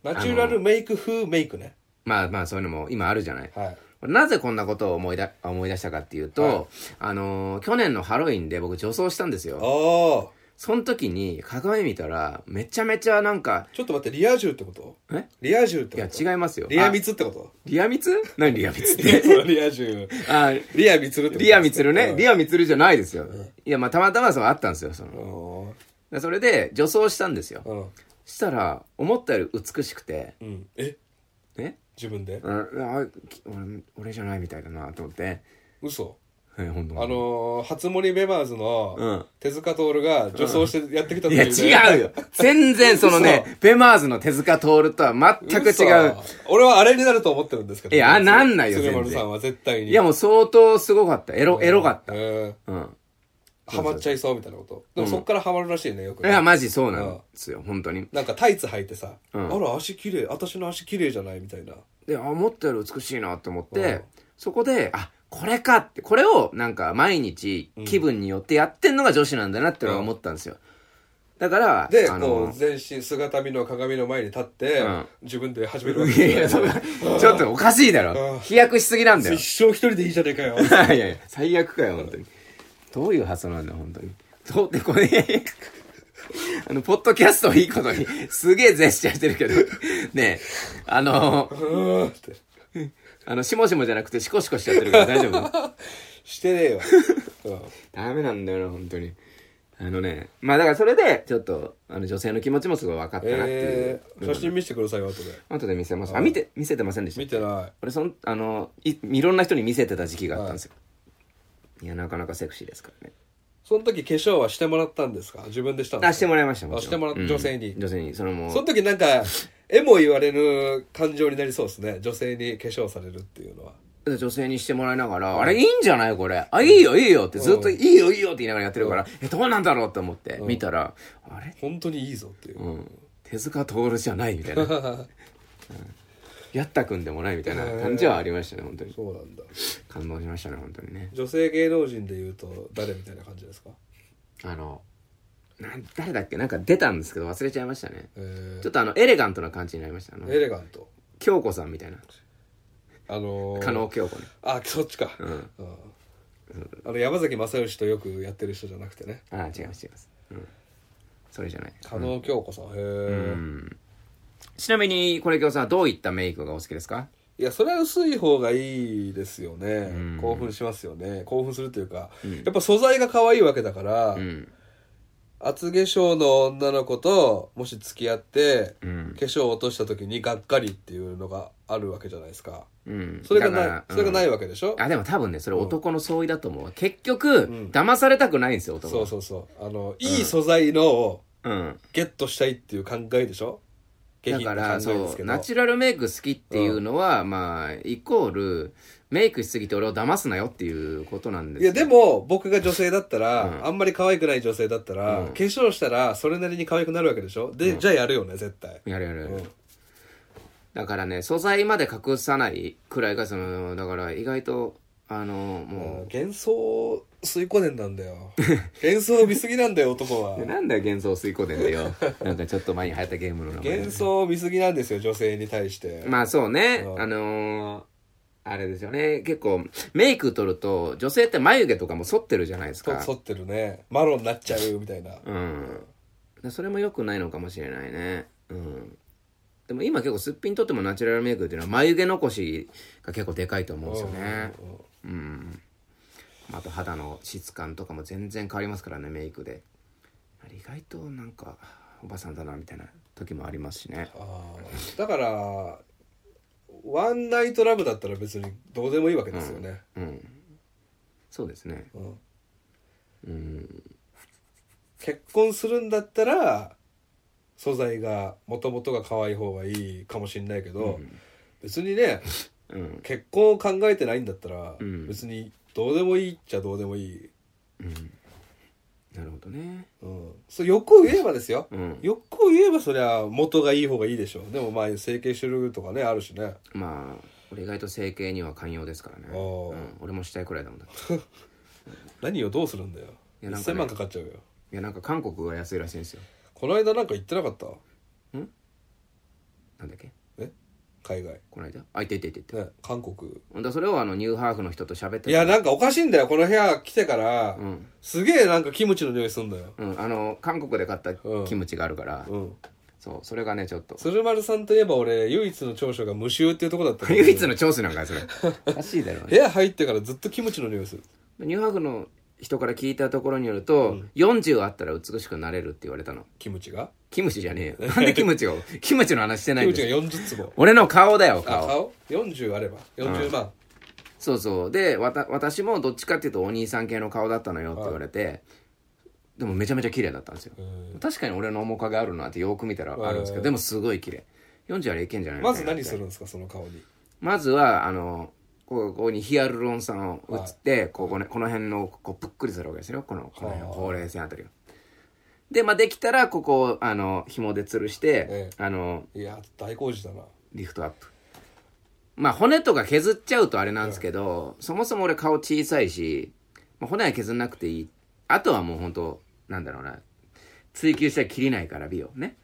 B: ナチュラルメイク風メイクね。
A: まあまあそういうのも今あるじゃない。
B: はい。
A: なぜこんなことを思いだ思い出したかっていうと、あのー去年のハロウィンで僕女装したんですよ。
B: ああ。
A: その時に鏡見たら、めちゃめちゃなんか、
B: ちょっと待って、リア充ってこと
A: え
B: リア充って
A: いや
B: こと
A: 違いますよ。
B: リアミ
A: ツ。
B: ツってこと
A: リアミツ何リアミツって。
B: リア充。
A: あ
B: リアミツルってこと
A: リアミツルね。
B: うん
A: リアミツルじゃないですよ。いや、まあたまたまそのあったんですよ。その
B: うん
A: でそれで、女装したんですよ。
B: うん。
A: したら、思ったより美しくて、
B: うん。え
A: ね
B: 自分で
A: ああき俺俺じゃないみたいだなと思って。
B: 嘘
A: え、ほん
B: あのー、初森ベバーズ
A: う
B: の
A: ん
B: 手塚徹が女装してやってきた
A: いや、違うよ。全然そのね、ベマーズの手塚徹とは全く
B: 嘘
A: 違う。
B: 俺はあれになると思ってるんですけど。
A: いやなんないよ
B: 鶴丸
A: 全然
B: さんは絶対に。
A: いや、もう相当すごかった。エロ、エロかった。
B: うん。
A: うん。
B: ハマっちゃいそうみたいなこと。でもそっからハマるらしいね、よく
A: い
B: ね。
A: や、マジそうなんですよ、本当に。
B: なんかタイツ履いてさ、
A: うん
B: あら、足綺麗、私の足綺麗じゃないみたいな。
A: で、あ、思ったより美しいなと思っ
B: うん
A: て、そこで、あ、これかって、これをなんか毎日気分によってやってんのが女子なんだなってのは思ったんですよ。だから、
B: で、
A: あ
B: こ
A: の
B: う、、全身姿見の鏡の前に立って、
A: うん
B: 自分で始めるわけ
A: *laughs* いやいや、そんなちょっとおかしいだ
B: うん
A: ろ。飛躍しすぎなんだよ
B: 一。生一人でいいじゃねえかよ。
A: *laughs* いやいや、最悪かよ、本当に。どういう発想なんだよ、本当に。どうってこれ、 *laughs* あの、ポッドキャストをいいことに、すげえジェスチャーしてるけど、ねえ、あの、
B: うーんって。
A: あの、しもしもじゃなくてシコシコしちゃってるから大丈夫
B: してねえ
A: *laughs*
B: よ。うん
A: ダメなんだよな、本当に。あのね、まあだからそれで、ちょっと、あの、女性の気持ちもすごい分かったなっていう
B: え。ー、写真見せてくださいよ、後で。
A: 後で見せます。あ、見て、見せてませんでした
B: 見。てない。
A: 俺そんあのいいろんな人に見せてた時期があったんですよ、いやなかなかセクシーですからね
B: その時化粧はしてもらったんですか自分でしたんですか
A: あしてもらいました
B: あ
A: ちろん
B: してもらった
A: うん
B: 女性に
A: 女性にそれも
B: その時なんか、えも言われる感情になりそうですね。女性に化粧されるっていうのは。
A: 女性にしてもらいながら、あれいいんじゃないこれあいいよいいよってずっと、いいよいいよって言いながらやってるから、えどうなんだろうって思って、見たらあれ
B: 本当にいいぞっていう。
A: うん手塚徹じゃないみたいな、うんやったくんでもないみたいな感じはありましたね本当に
B: そうなんだ。
A: 感動しましたね本当にね
B: 女性芸能人で言うと誰みたいな感じですか
A: あのなん誰だっけなんか出たんですけど忘れちゃいましたね
B: え
A: ちょっとあのエレガントな感じになりましたあの
B: ー、エレガント。
A: 京子さんみたいな
B: あのー、
A: 加納京子ね
B: あ、そっちか。
A: ん
B: うんあの、山崎正義とよくやってる人じゃなくてね。
A: ああ違います違います、うん、それじゃない
B: 加納京子さん。へえ、
A: うんちなみにこれ今日さんどういったメイクがお好きですか
B: いや、それは薄い方がいいですよね。
A: うん
B: 興奮しますよね。興奮するというか、やっぱ素材が可愛いわけだから、
A: うん
B: 厚化粧の女の子ともし付き合って、
A: うん
B: 化粧を落とした時にがっかりっていうのがあるわけじゃないですか
A: うん
B: それが
A: だ
B: ない、
A: から
B: それがな
A: う
B: い
A: ん
B: わけでしょ
A: あでも多分ねそれ男の相違だと思うわ結局、騙されたくないんですよ男
B: そ
A: は
B: うそうそうあのいい素材のを
A: うん
B: ゲットしたいっていう考えでしょ下
A: だ
B: 品
A: か
B: な
A: ら
B: 考えです
A: そ
B: け
A: う
B: ど
A: ナチュラルメイク好きっていうのは、まあイコールメイクしすぎて俺を騙すなよっていうことなんです
B: いやで
A: も
B: も僕が女性だったら、あんまり可愛くない女性だったら、
A: うん
B: 化粧したらそれなりに可愛くなるわけでしょで、じゃあやるよね絶対
A: やるやる、
B: うん
A: だからね素材まで隠さないくらいがそのだから意外とあのも
B: 幻想を吸い込んでんなんだよ幻想を見すぎなんだよ男は *laughs*
A: う、なんだよ幻想水光伝でよ *laughs* なんかちょっと前に流行ったゲームの名前
B: 幻想を見すぎなんですよ女性に対して、
A: まあそうね、
B: うん
A: あのーあれですよね結構メイク取ると女性って眉毛とかも剃ってるじゃないですか
B: と剃ってるねマロンになっちゃうみたいな、
A: うんでそれも良くないのかもしれないねうんでも今結構すっぴんとってもナチュラルメイクっていうのは眉毛残しが結構でかいと思うんですよねうんあと肌の質感とかも全然変わりますからねメイクで意外となんかおばさんだなみたいな時もありますしね
B: あーだからワンナイトラブだったら別にどうでもいいわけですよね、
A: うんそうですね
B: うん
A: うん
B: 結婚するんだったら素材がもともとが可愛い方がいいかもしれないけど、別にね
A: うん
B: 結婚を考えてないんだったら、
A: うん
B: 別にどうでもいいっちゃどうでもいい、
A: なるほどね
B: うん、そう欲を言えばですよ、
A: うん
B: 欲を言えばそりゃ元がいい方がいいでしょうでもまあ整形してるとかねあるしね
A: まあ俺意外と整形には寛容ですからね、
B: おー
A: うん俺もしたいくらいだもんだって
B: 何をどうするんだよ
A: いやなんか
B: 1000
A: ね
B: 万かかっちゃうよ
A: いやなんか韓国が安いらしいんですよ
B: この間なんか言ってなかった
A: なんだっけ
B: え海外、
A: この間あいていていていて
B: ね、韓国
A: ほんでそれをあのニューハーフの人と喋って
B: いやなんかおかしいんだよこの部屋来てから、
A: ん
B: すげえなんかキムチの匂いすんだよ
A: うん、あの韓国で買った
B: うん
A: キムチがあるから、
B: うん
A: そうそれがねちょっと
B: 鶴丸さんといえば俺唯一の長所が無臭っていうとこだった
A: *laughs* 唯一
B: の
A: の長州なんかよそれ *laughs* おかしいだろう
B: 部
A: ね
B: 屋入ってからずっとキムチの匂いする
A: ニューハーフの人から聞いたところによると、40あったら美しくなれるって言われたの
B: キムチが
A: キムチじゃねえ *laughs* よなんでキムチをキムチの話してな
B: キ
A: いん
B: ムチ
A: です
B: が40坪
A: 俺の顔だよ
B: あ
A: 顔
B: 顔40あれば40万、
A: そうそうでわた私もどっちかっていうとお兄さん系の顔だったのよって言われてでもめちゃめちゃ綺麗だったんですよ確かに俺の面影あるなってよく見たらあるんですけどでもすごい綺麗40あれいけんじゃないの
B: ま
A: か
B: ず
A: なって
B: 何するんですかその顔に
A: まずはあのこうここにヒアルロン酸を打って、ここね、この辺のこうぷっくりするわけですよこのこの辺ほうれい線あたりがで、まあ、できたらここをあの紐で吊るして、
B: え
A: あの
B: いや大工事だな
A: リフトアップまあ骨とか削っちゃうとあれなんですけど、そもそも俺顔小さいし、まあ、骨は削んなくていいあとはもう本当なんだろうな追求したら切りないから美をね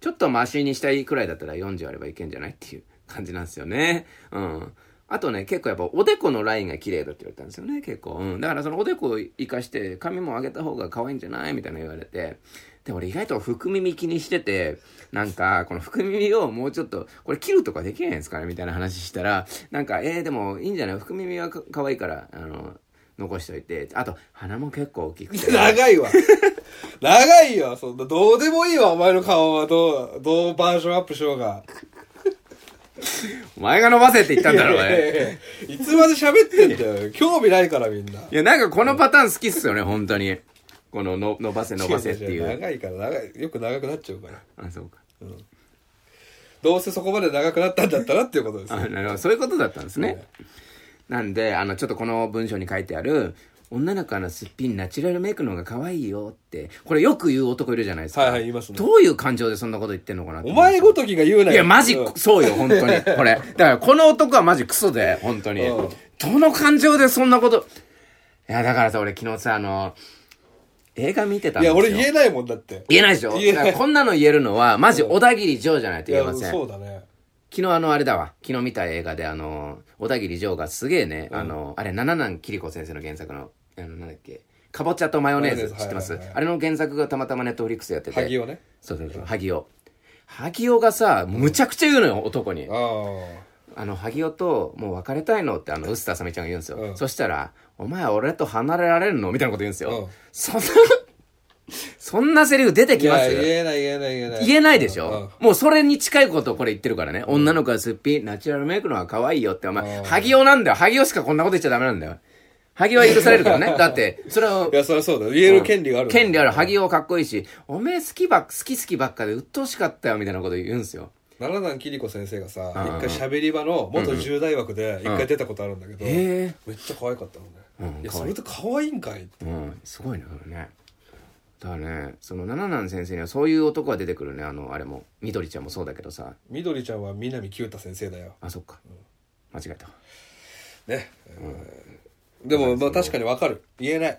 A: ちょっとマシにしたいくらいだったら40あればいけんじゃないっていう感じなんですよねうんあとね結構やっぱおでこのラインが綺麗だって言われたんですよね結構、うん、だからそのおでこを生かして髪も上げた方が可愛いんじゃないみたいな言われてで俺意外と福耳気にしててなんかこの福耳をもうちょっとこれ切るとかできないんですかねみたいな話したらなんかえー、でもいいんじゃない福耳はか可愛いからあの残しといてあと鼻も結構大きくて
B: 長いわ *laughs* 長いよそんなどうでもいいわお前の顔はどうどうバージョンアップしようが
A: お前が伸ばせって言ったんだろ、お
B: *laughs* いやい
A: 前。
B: やいやいつまで喋ってんだよ興味ないからみんない
A: や、なんかこのパターン好きっすよね、本当に。このの伸ばせ伸ばせってい
B: 違違
A: う。
B: 長いから長いよく長くなっちゃうから
A: あ、そうか。
B: どうせそこまで長くなったんだったらっていうことですよ
A: あなるほどそういうことだったんですね。なんで、あの、ちょっとこの文章に書いてある、女の子のすっぴんナチュラルメイクの方が可愛いよって、これよく言う男いるじゃないですか。
B: はいはい言いますね
A: どういう感情でそんなこと言ってんのかなって
B: お前ごときが言うなよ
A: いや、マジ
B: うん、
A: そうよ、本当に。これ。だから、この男はマジクソで、本当に。
B: うん
A: どの感情でそんなこと。いや、だからさ、俺昨日さ、あの、映画見てたん
B: い
A: です
B: や
A: よ。
B: 俺言えないもんだって
A: 言えないでしょ
B: 言えない
A: だからこんなの言えるのは、マジ小田切ジョーじゃないと
B: い
A: 言え
B: や
A: ません。
B: そうだね
A: 昨日あの、あれだわ。昨日見た映画で、あの、小田切ジョーがすげえね、あの、あれ、七難キリコ先生の原作の、あの、なんだっけ、かぼちゃとマヨネーズ
B: マヨネーズ
A: 知ってます、
B: はいはいはい
A: あれの原作がたまたまネットフリックスでやってて。
B: 萩尾ね
A: そうそうそう、萩尾。萩尾がさ、むちゃくちゃ言うのよ、男に
B: あ。あ
A: あの、萩尾と、もう別れたいのって、あの、臼田あさみちゃんが言うんですよ。
B: うん
A: そしたら、お前俺と離れられるのみたいなこと言うんですよ。
B: うん
A: そんな、そんなセリフ出て
B: い
A: きま
B: や
A: す
B: 言えない言えない言えない
A: 言えないでし
B: うん、
A: ょ、もうそれに近いことをこれ言ってるからね。女の子はすっぴん、ナチュラルメイクの方が可愛いよって、お前、萩尾なんだよ。萩尾しかこんなこと言っちゃダメなんだよ。萩尾は許されるからね。だって、それはい
B: やそりゃそうだよ言える権利がある、
A: 権利ある萩尾かっこいいし、おめえ好きばっ、好き好きばっかで鬱陶しかったよ、みたいなこと言うんですよ。
B: 奈良南キリ子先生がさ一回しゃべり場の元10代枠で一回出たことあるんだけど、
A: え
B: めっちゃ可愛かったのね、
A: うん
B: いや
A: 可愛い
B: それって可愛いんかいって
A: えうん、すごいね、これね。だからね、その、ナナナン先生にはそういう男が出てくるね。あの、あれも、みどりちゃんもそうだけどさ。
B: みどりちゃんは南清太先生だよ
A: あ、そっか。間違えた。
B: ね、えーでもまあ確かにわかる言えない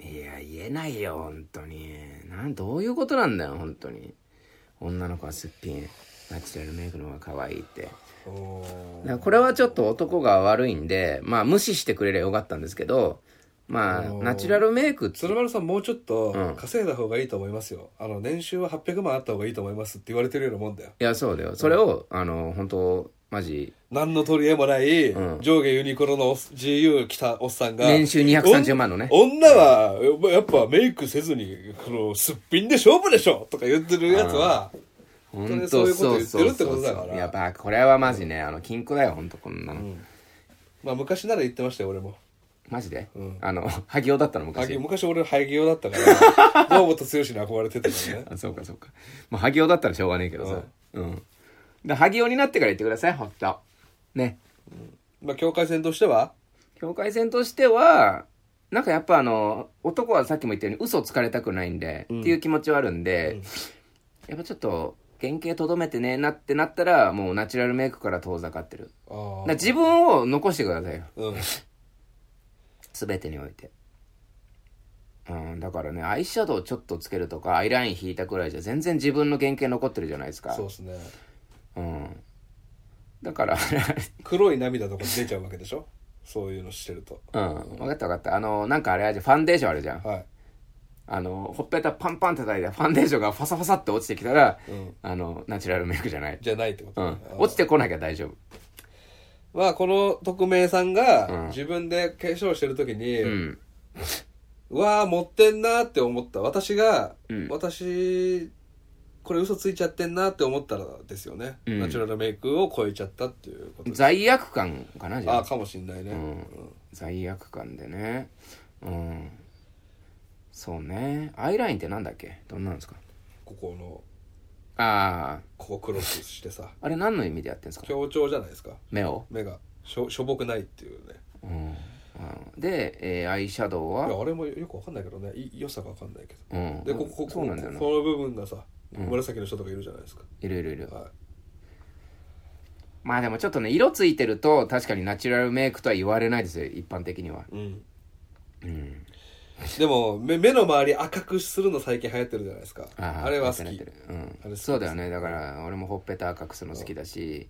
A: いや言えないよ本当になんどういうことなんだよ本当に女の子はすっぴんナチュラルメイクの方が可愛いってだか
B: おー
A: らこれはちょっと男が悪いんでまあ無視してくれりゃよかったんですけどまあナチュラルメイクって
B: 鶴丸さんもうちょっと稼いだ方がいいと思いますよ、あの年収は800万あった方がいいと思いますって言われてるようなもんだよ
A: いやそうだよそれをあの本当マジ
B: 何の取り柄もない、上下ユニクロの GU 着たおっさんが
A: 年収230万のね
B: お女はやっぱメイクせずにこのすっぴんで勝負でしょとか言ってるやつは
A: 本
B: 当に
A: 当
B: そ
A: そうう
B: いこ
A: いうう
B: と
A: そう
B: 言ってる
A: そ
B: っ
A: う
B: てこと
A: そう
B: だから
A: やっぱこれはマジねあの金庫だよ本当こんなの、
B: まあ昔なら言ってましたよ俺も
A: マジで、あの *laughs* 萩尾だったの昔
B: 萩昔俺ハイギオだったから堂本剛に憧れてたからね
A: あそうかそうかまあ萩尾だったらしょうがねえけどさうんで萩尾になってから言ってくださいほんとね
B: まあ境界線としては
A: 境界線としてはなんかやっぱあの男はさっきも言ったように嘘をつかれたくないんで、っていう気持ちはあるんで、やっぱちょっと原型とどめてねえなってなったらもうナチュラルメイクから遠ざかってる
B: ああ
A: だから自分を残してくださいよ
B: うん
A: 全てにおいてうんだからねアイシャドウちょっとつけるとかアイライン引いたくらいじゃ全然自分の原型残ってるじゃないですか
B: そうですね
A: うん、だから、 *laughs*
B: 黒い涙とか出ちゃうわけでしょそういうのしてると
A: うん、分かった分かった。あの、なんかあれあるじゃん、ファンデーションあるじゃん。
B: はい
A: あの、ほっぺたパンパン叩いて、ファンデーションがファサファサって落ちてきたら、
B: ん
A: あの、ナチュラルメイクじゃない。
B: じゃないってこと
A: う
B: ね、
A: ん。落ちてこなきゃ大丈夫。
B: まあこの匿名さんが、
A: うん
B: 自分で化粧してる時に、う
A: うん。
B: わあ持ってんなーって思った私が、
A: うん
B: 私これ嘘ついちゃってんなーって思ったらですよね、
A: うん
B: ナチュラルメイクを超えちゃったっていうこと
A: 罪悪感かな、じゃ
B: あ
A: あ
B: あ。かもしんないね、
A: うん罪悪感でね。うん。そうね。アイラインってなんだっけどんなんですか
B: ここの
A: ああ、
B: ここ黒くしてさ
A: あれ何の意味でやってんですか
B: 強調じゃないですか
A: 目を。
B: 目がしょしょぼくないっていうね
A: うん。うんで、えーアイシャドウ
B: いや
A: は、
B: あれもよくわかんないけどねい良さがわかんないけど
A: うん。
B: でここここ
A: そうなんだよな。
B: この部分がさ
A: ん
B: 紫の人とかいるじゃないですか、
A: いるいるいる。
B: はい
A: まあでもちょっとね、色ついてると確かにナチュラルメイクとは言われないですよ、一般的には。
B: うん、
A: うん。
B: でも目目の周り赤くするの最近流行ってるじゃないですかあれは好
A: やって
B: き
A: るやってるうん
B: あれ好き
A: そうだよね。だから俺もほっぺた赤くするの好きだし、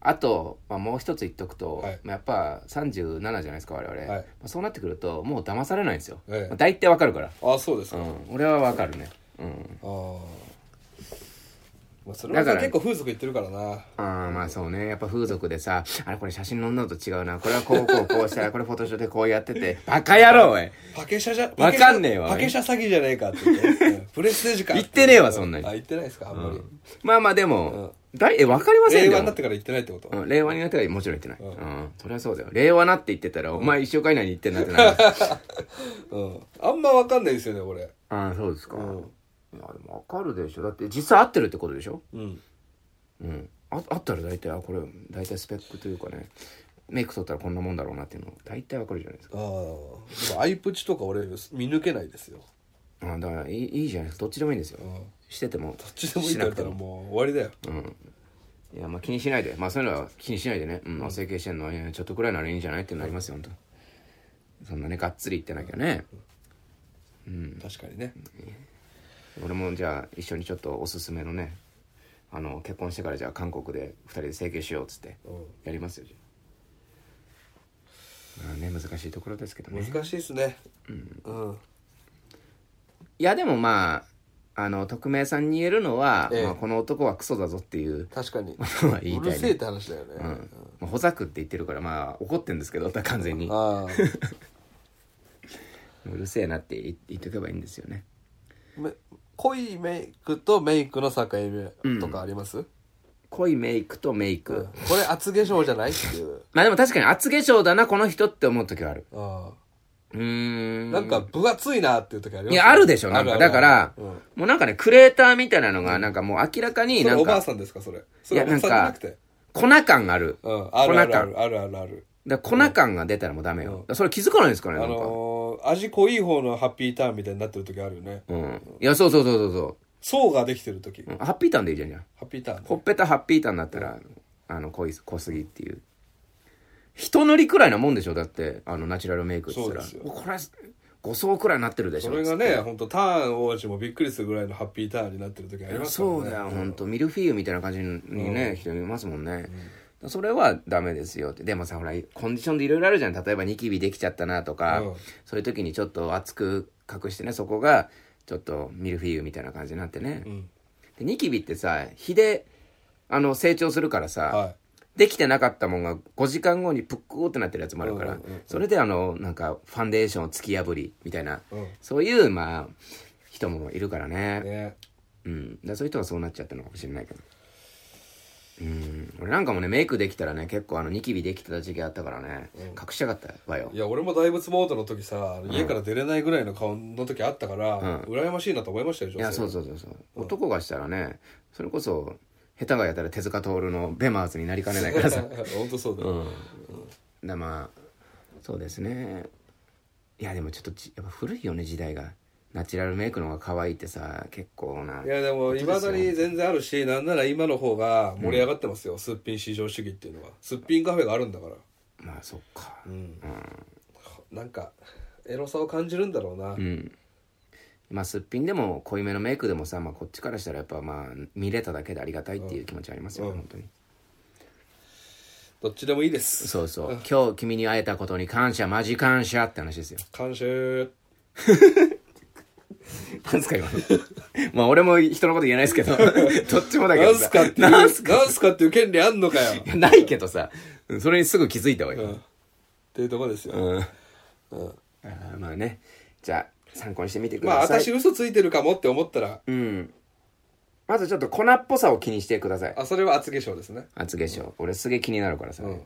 A: あと、まあ、もう一つ言っとくと、
B: はい
A: まあやっぱ37じゃないですか、我々。
B: はい
A: まあ、そうなってくると、もう騙されないんですよ。
B: ええ
A: まあ、大体わかるから。
B: あそうです
A: う
B: か、あ
A: ん。俺はわかるね。うん。
B: あー、まあ、それはさ
A: だから
B: 結構風俗言ってるからな
A: ああまあそうねやっぱ風俗でさあれこれ写真の女と違うなこれはこうこうこうしたらこれフォトショーでこうやっててバカ野郎おい
B: パケシャじゃ
A: わかんねえわ
B: パケシャ詐欺じゃねえかって言ってうんプレステージか
A: 言ってねえわそんなに
B: あ言ってないですかあんまり、
A: まあまあでも、だいえわかりません
B: 令
A: よ
B: 和になってから言ってないってこと、
A: うん、令和になってからもちろん言ってない。うん。そりゃそうだよ。令和なって言ってたら、お前一週間以内に言ってんなってな
B: *laughs*
A: る。
B: うん、あんまわかんないですよね俺
A: ああ、そうですか。いや、でもわかるでしょ。だって実際合ってるってことでしょ
B: うん
A: うん。あ合ったら大体、あ、これ、大体スペックというかね、メイク取ったらこんなもんだろうなっていうの、大体わかるじゃないですか。
B: ああでもアイプチとか俺見抜けないですよ、
A: ああ、だからいい、いいじゃないですか。どっちでもいいんですよ
B: う。ん、ど
A: してても。ど
B: っちでもいいんだったらもう終わりだよ
A: うん。いや、まあ気にしないで。まあそういうのは気にしないでね。うん。あ整形してんの、いやちょっとくらいならいいんじゃないってなりますよ、本当そんなね、がっつり言ってなきゃね。
B: 確かにね
A: 俺もじゃあ一緒にちょっとおすすめのねあの結婚してからじゃあ韓国で2人で整形しようっつって
B: う
A: やりますよじゃあまあね難しいところですけど
B: ん
A: ね
B: 難しいですねうん
A: いやでもまああの匿名さんに言えるのは、
B: ええ
A: まあ、この男はクソだぞっていう
B: 確かに
A: のは言いうた
B: る
A: い
B: せえっ
A: ね
B: て話だよね
A: うんまあ、ほざくって言ってるからまあ怒ってんですけど完全に
B: ああ
A: うるせえなって言言っとけばいいんですよね
B: *laughs* め濃いメイクとメイクの境目とかあります
A: 濃いメイクとメイク、
B: うんこれ厚化粧じゃないっていう
A: まあでも確かに厚化粧だなこの人って思う時はある
B: あ
A: うーん
B: あなんか分厚いなっていう時あります
A: いや、あるでしょ、なんか。
B: あるあ
A: だ
B: る
A: から、
B: うん
A: もうなんかね、クレーターみたいなのが、なんかもう明らかに
B: それ
A: なん
B: おばあ
A: か、
B: さんですかそれそれお
A: いや
B: ば
A: な
B: あ
A: ん
B: さん
A: か
B: じゃなくて
A: 粉感がある。
B: うんあるあるあるあるあるある
A: だから粉感が出たらもうダメよ。だからそれ気づかないんですかね、
B: あ
A: なんか。
B: のー味濃い方のハッピーターンみたいになってる時あるよね
A: うん。いや、そうそうそうそうそ
B: 層ができてる時
A: ううん。ハッピーターンでいいじゃん、じゃん。
B: ハッピーターン
A: ほっぺたハッピーターンだったら、あの、濃い、濃すぎっていう。人塗りくらいなもんでしょ、だって、あの、ナチュラルメイクって言ったら。
B: そうですよ
A: これ、5層くらいなってるでし
B: そ
A: ょ。
B: れがね本当ターン王子もびっくりするぐらいのハッピーターンになってる時ありますからね
A: そうだよ本当ミルフィーユみたいな感じにね、人いますもんね、それはダメですよってでもさほらコンディションでいろいろあるじゃん例えばニキビできちゃったなとか、
B: うん
A: そういう時にちょっと厚く隠してねそこがちょっとミルフィーユみたいな感じになってね、
B: ん
A: でニキビってさ火であの成長するからさ、
B: は
A: できてなかったもんが5時間後にプックーってなってるやつもあるから、
B: うんうんうん
A: それであのなんかファンデーションを突き破りみたいな、
B: うん
A: そういうまあ人もいるから
B: いね
A: うん、だからそういう人はそうなっちゃったのかもしれないけどうん俺なんかもねメイクできたらね結構あのニキビできてた時期あったからね、隠したかったわよ
B: いや俺も大仏モードの時さ家から出れないぐらいの顔の時あったから、羨ましいなと思いましたよ
A: いや
B: 女性
A: そうそうそうそう、男がしたらねそれこそ下手がやったら手塚徹のベマーズになりかねないからさ
B: *laughs* 本当そうだよ、
A: だまあそうですねいやでもちょっとじやっぱ古いよね時代がナチュラルメイクの方が可愛いってさ結構ない
B: やでもいまだに全然あるしなんなら今の方が盛り上がってますよ、すっぴん至上主義っていうのはすっぴんカフェがあるんだから
A: まあそっか
B: うん、なんかエロさを感じるんだろうな、
A: うんまあすっぴんでも濃いめのメイクでもさ、まあ、こっちからしたらやっぱまあ見れただけでありがたいっていう気持ちありますよ、本当に
B: どっちでもいいです。
A: そうそう。今日君に会えたことに感謝、マジ感謝って
B: *laughs*
A: 話ですよ。
B: 監修。
A: なんすか今の。 *laughs* まあ俺も人のこと言えないです
B: *laughs*
A: けど、どっちもだけ
B: な
A: ど
B: んすかっていう、
A: な
B: なんんすかっていう権利あんのか
A: *laughs*
B: よ。
A: いやないけどさ、うんそれにすぐ気づいたわ
B: うん。
A: よ。
B: っていうとこですよ。
A: うん。あーまあね。じゃあ、参考にしてみてく
B: まあ、
A: ださい。
B: 私嘘ついてるかもって思ったら、
A: うん。まずちょっと粉っぽさを気にしてください。
B: あ、それは厚化粧ですね。
A: 厚化粧。俺すげえ気になるからさ。うん。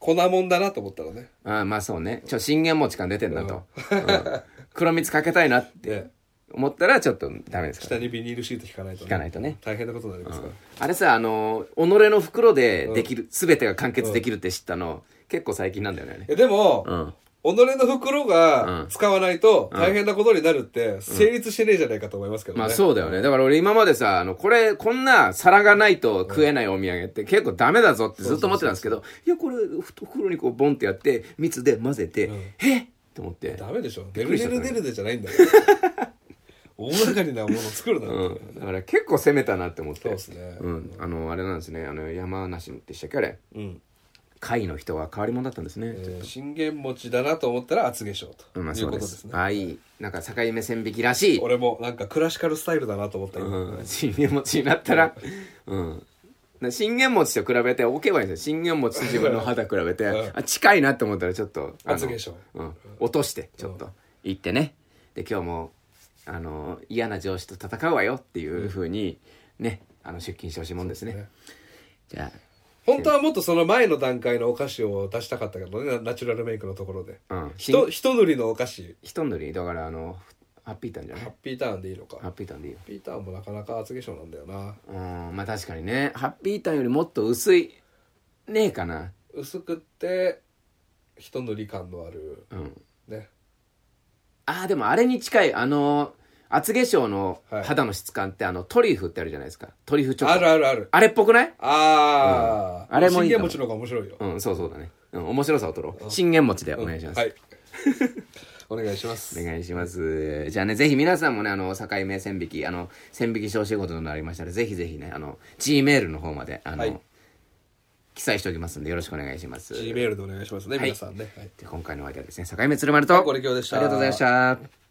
B: 粉もんだなと思ったらね。
A: ああ、まあそうね。ちょ、信玄餅感出てんなと。うん黒蜜かけたいなって
B: で、
A: 思ったらちょっとダメですから。
B: 下にビニールシート引かないと、ね。
A: 引かないとね。
B: 大変なことになりますから。
A: あれさ、あの、己の袋でできる、すべてが完結できるって知ったの、結構最近なんだよね
B: い。やでも、
A: う
B: 己
A: ん。
B: の袋が使わないと大変なことになるって成立してねえじゃないかと思いますけどね。
A: まあそうだよね。だから俺今までさ、あの、これ、こんな皿がないと食えないお土産って結構ダメだぞってずっと思ってたんですけど、いや、これ、ふと袋にこうボンってやって、蜜で混ぜて、えっと思って。
B: ダメでしょ。
A: び
B: ね
A: っく
B: る
A: りし
B: ね
A: ちゃった
B: る
A: ね
B: ねるねじゃないんだよ。
A: *laughs*
B: 大まかになもの作るな。
A: うん。だから結構攻めたなって思って。
B: そうですね
A: うん。あの、あれなんですね。あの、山梨でしたっけあれ。
B: うん。
A: 貝の人は変わり者だったんですね。
B: えー信玄餅だなと思ったら厚化粧と
A: うん、まあ
B: い
A: そうう
B: こと
A: で。
B: ですすね。
A: ああ、いい。なんか境目線引きらしい。
B: 俺もなんかクラシカルスタイルだなと思った今
A: うん信玄餅になったら、うん。な信玄餅と比べて置けばいいんですよ。信玄餅と自分の肌比べて、
B: うん
A: あ近いなって思ったらちょっと、あの
B: 厚化粧
A: うん。落として、ちょっと、行ってね。で、今日も、あの、嫌な上司と戦うわよっていうふうに、ね、あの、出勤してほしいもんですね。
B: そうで
A: じゃ
B: 本当はもっとその前の段階のお菓子を出したかったけどね、ナナチュラルメイクのところで。
A: あ、うん。
B: ひと、ひと塗りのお菓子、
A: ひとんどり、だからあの、ハッピーターンじゃな
B: ハッ
A: い
B: ピーターンでいいのか。
A: ハ
B: ハ
A: ッピーターンでいいよ。
B: ッピーターンもなかなか厚化粧なんだよな。
A: うん、まあ確かにね、ハッピーターンよりもっと薄い、ねえかな。
B: 薄くって、ひと塗り感のある、
A: うん。
B: ね。
A: ああ、でもあれに近い、あのー、厚化粧の
B: はい
A: 肌の質感って、あの、トリュフってあるじゃないですか。トリュフチョコ。
B: あるあるある。
A: あれっぽくない
B: ああ、
A: うんあれもい
B: 信
A: いか
B: 玄
A: も
B: 餅の方が面白いよ。
A: うん、そうそうだね。うん、面白さを取ろう。信玄餅でお願いします。
B: はい。 *laughs* お願いします。
A: お願いします。じゃあね、ぜひ皆さんもね、あの、境目線引き、あの、線引き小仕事となりましたら、ぜひぜひね、あの、Gmail の方まで、あの、
B: はい
A: 記載しておきますんで、よろしくお願いします。
B: G メールでお願いしますね、
A: はい
B: 皆さんね。はい
A: で今回のお相手はですね、境目鶴丸と、
B: はいこれ今日でした
A: ありがとうございました。